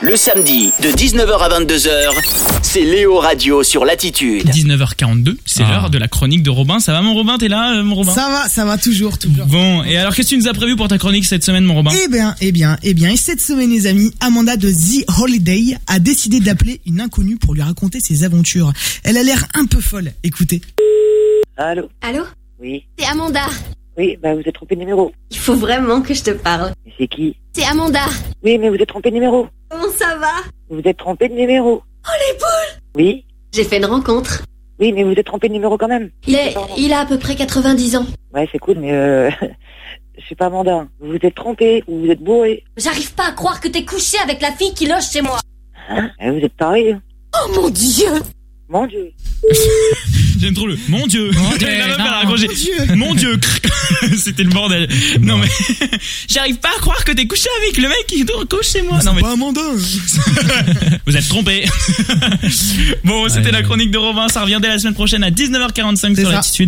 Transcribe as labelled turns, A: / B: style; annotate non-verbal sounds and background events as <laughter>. A: Le samedi, de 19h à 22h, c'est Léo Radio sur Latitude.
B: 19h42, c'est
C: Ah.
B: l'heure de la chronique de Robin. Ça va mon Robin T'es là, euh, mon Robin
D: Ça va, ça va toujours, toujours.
B: Bon, et alors qu'est-ce que tu nous as prévu pour ta chronique cette semaine, mon Robin
D: Eh bien, eh bien, eh bien, et cette semaine, les amis, Amanda de The Holiday a décidé d'appeler une inconnue pour lui raconter ses aventures. Elle a l'air un peu folle. Écoutez.
E: Allô
F: Allô
E: Oui,
F: C'est Amanda.
E: oui, bah vous êtes trompé de numéro.
F: Il faut vraiment que je te parle.
E: Mais c'est qui
F: C'est Amanda.
E: Oui, mais vous êtes trompé de numéro.
F: Comment ça va
E: Vous êtes trompé de numéro. Oh l'épaule Oui,
F: J'ai fait une rencontre.
E: oui, mais vous êtes trompé de numéro quand même.
F: Il, est, il a à peu près 90 ans.
E: Ouais, c'est cool, mais euh, <laughs> je suis pas mandat. Vous vous êtes trompé ou vous êtes bourré.
F: J'arrive pas à croire que t'es couché avec la fille qui loge chez moi.
E: Eh, vous êtes taré. hein.
F: Oh mon dieu
E: Mon Dieu.
B: J'aime trop le. Mon Dieu <laughs>
C: Dieu,
B: Oh, La meuf, elle a
D: Oh,
C: non.
B: raccroché. Mon Dieu <laughs> C'était le bordel. Non mais. <laughs> J'arrive pas à croire que t'es couché avec le mec qui couche chez moi. Non mais.
D: pas Bah, Amanda.
B: Vous êtes <laughs> trompé. bon, c'était la chronique de Robin. Ça revient dès la semaine prochaine à 19h45
D: C'est
B: sur
D: ça.
B: Latitude.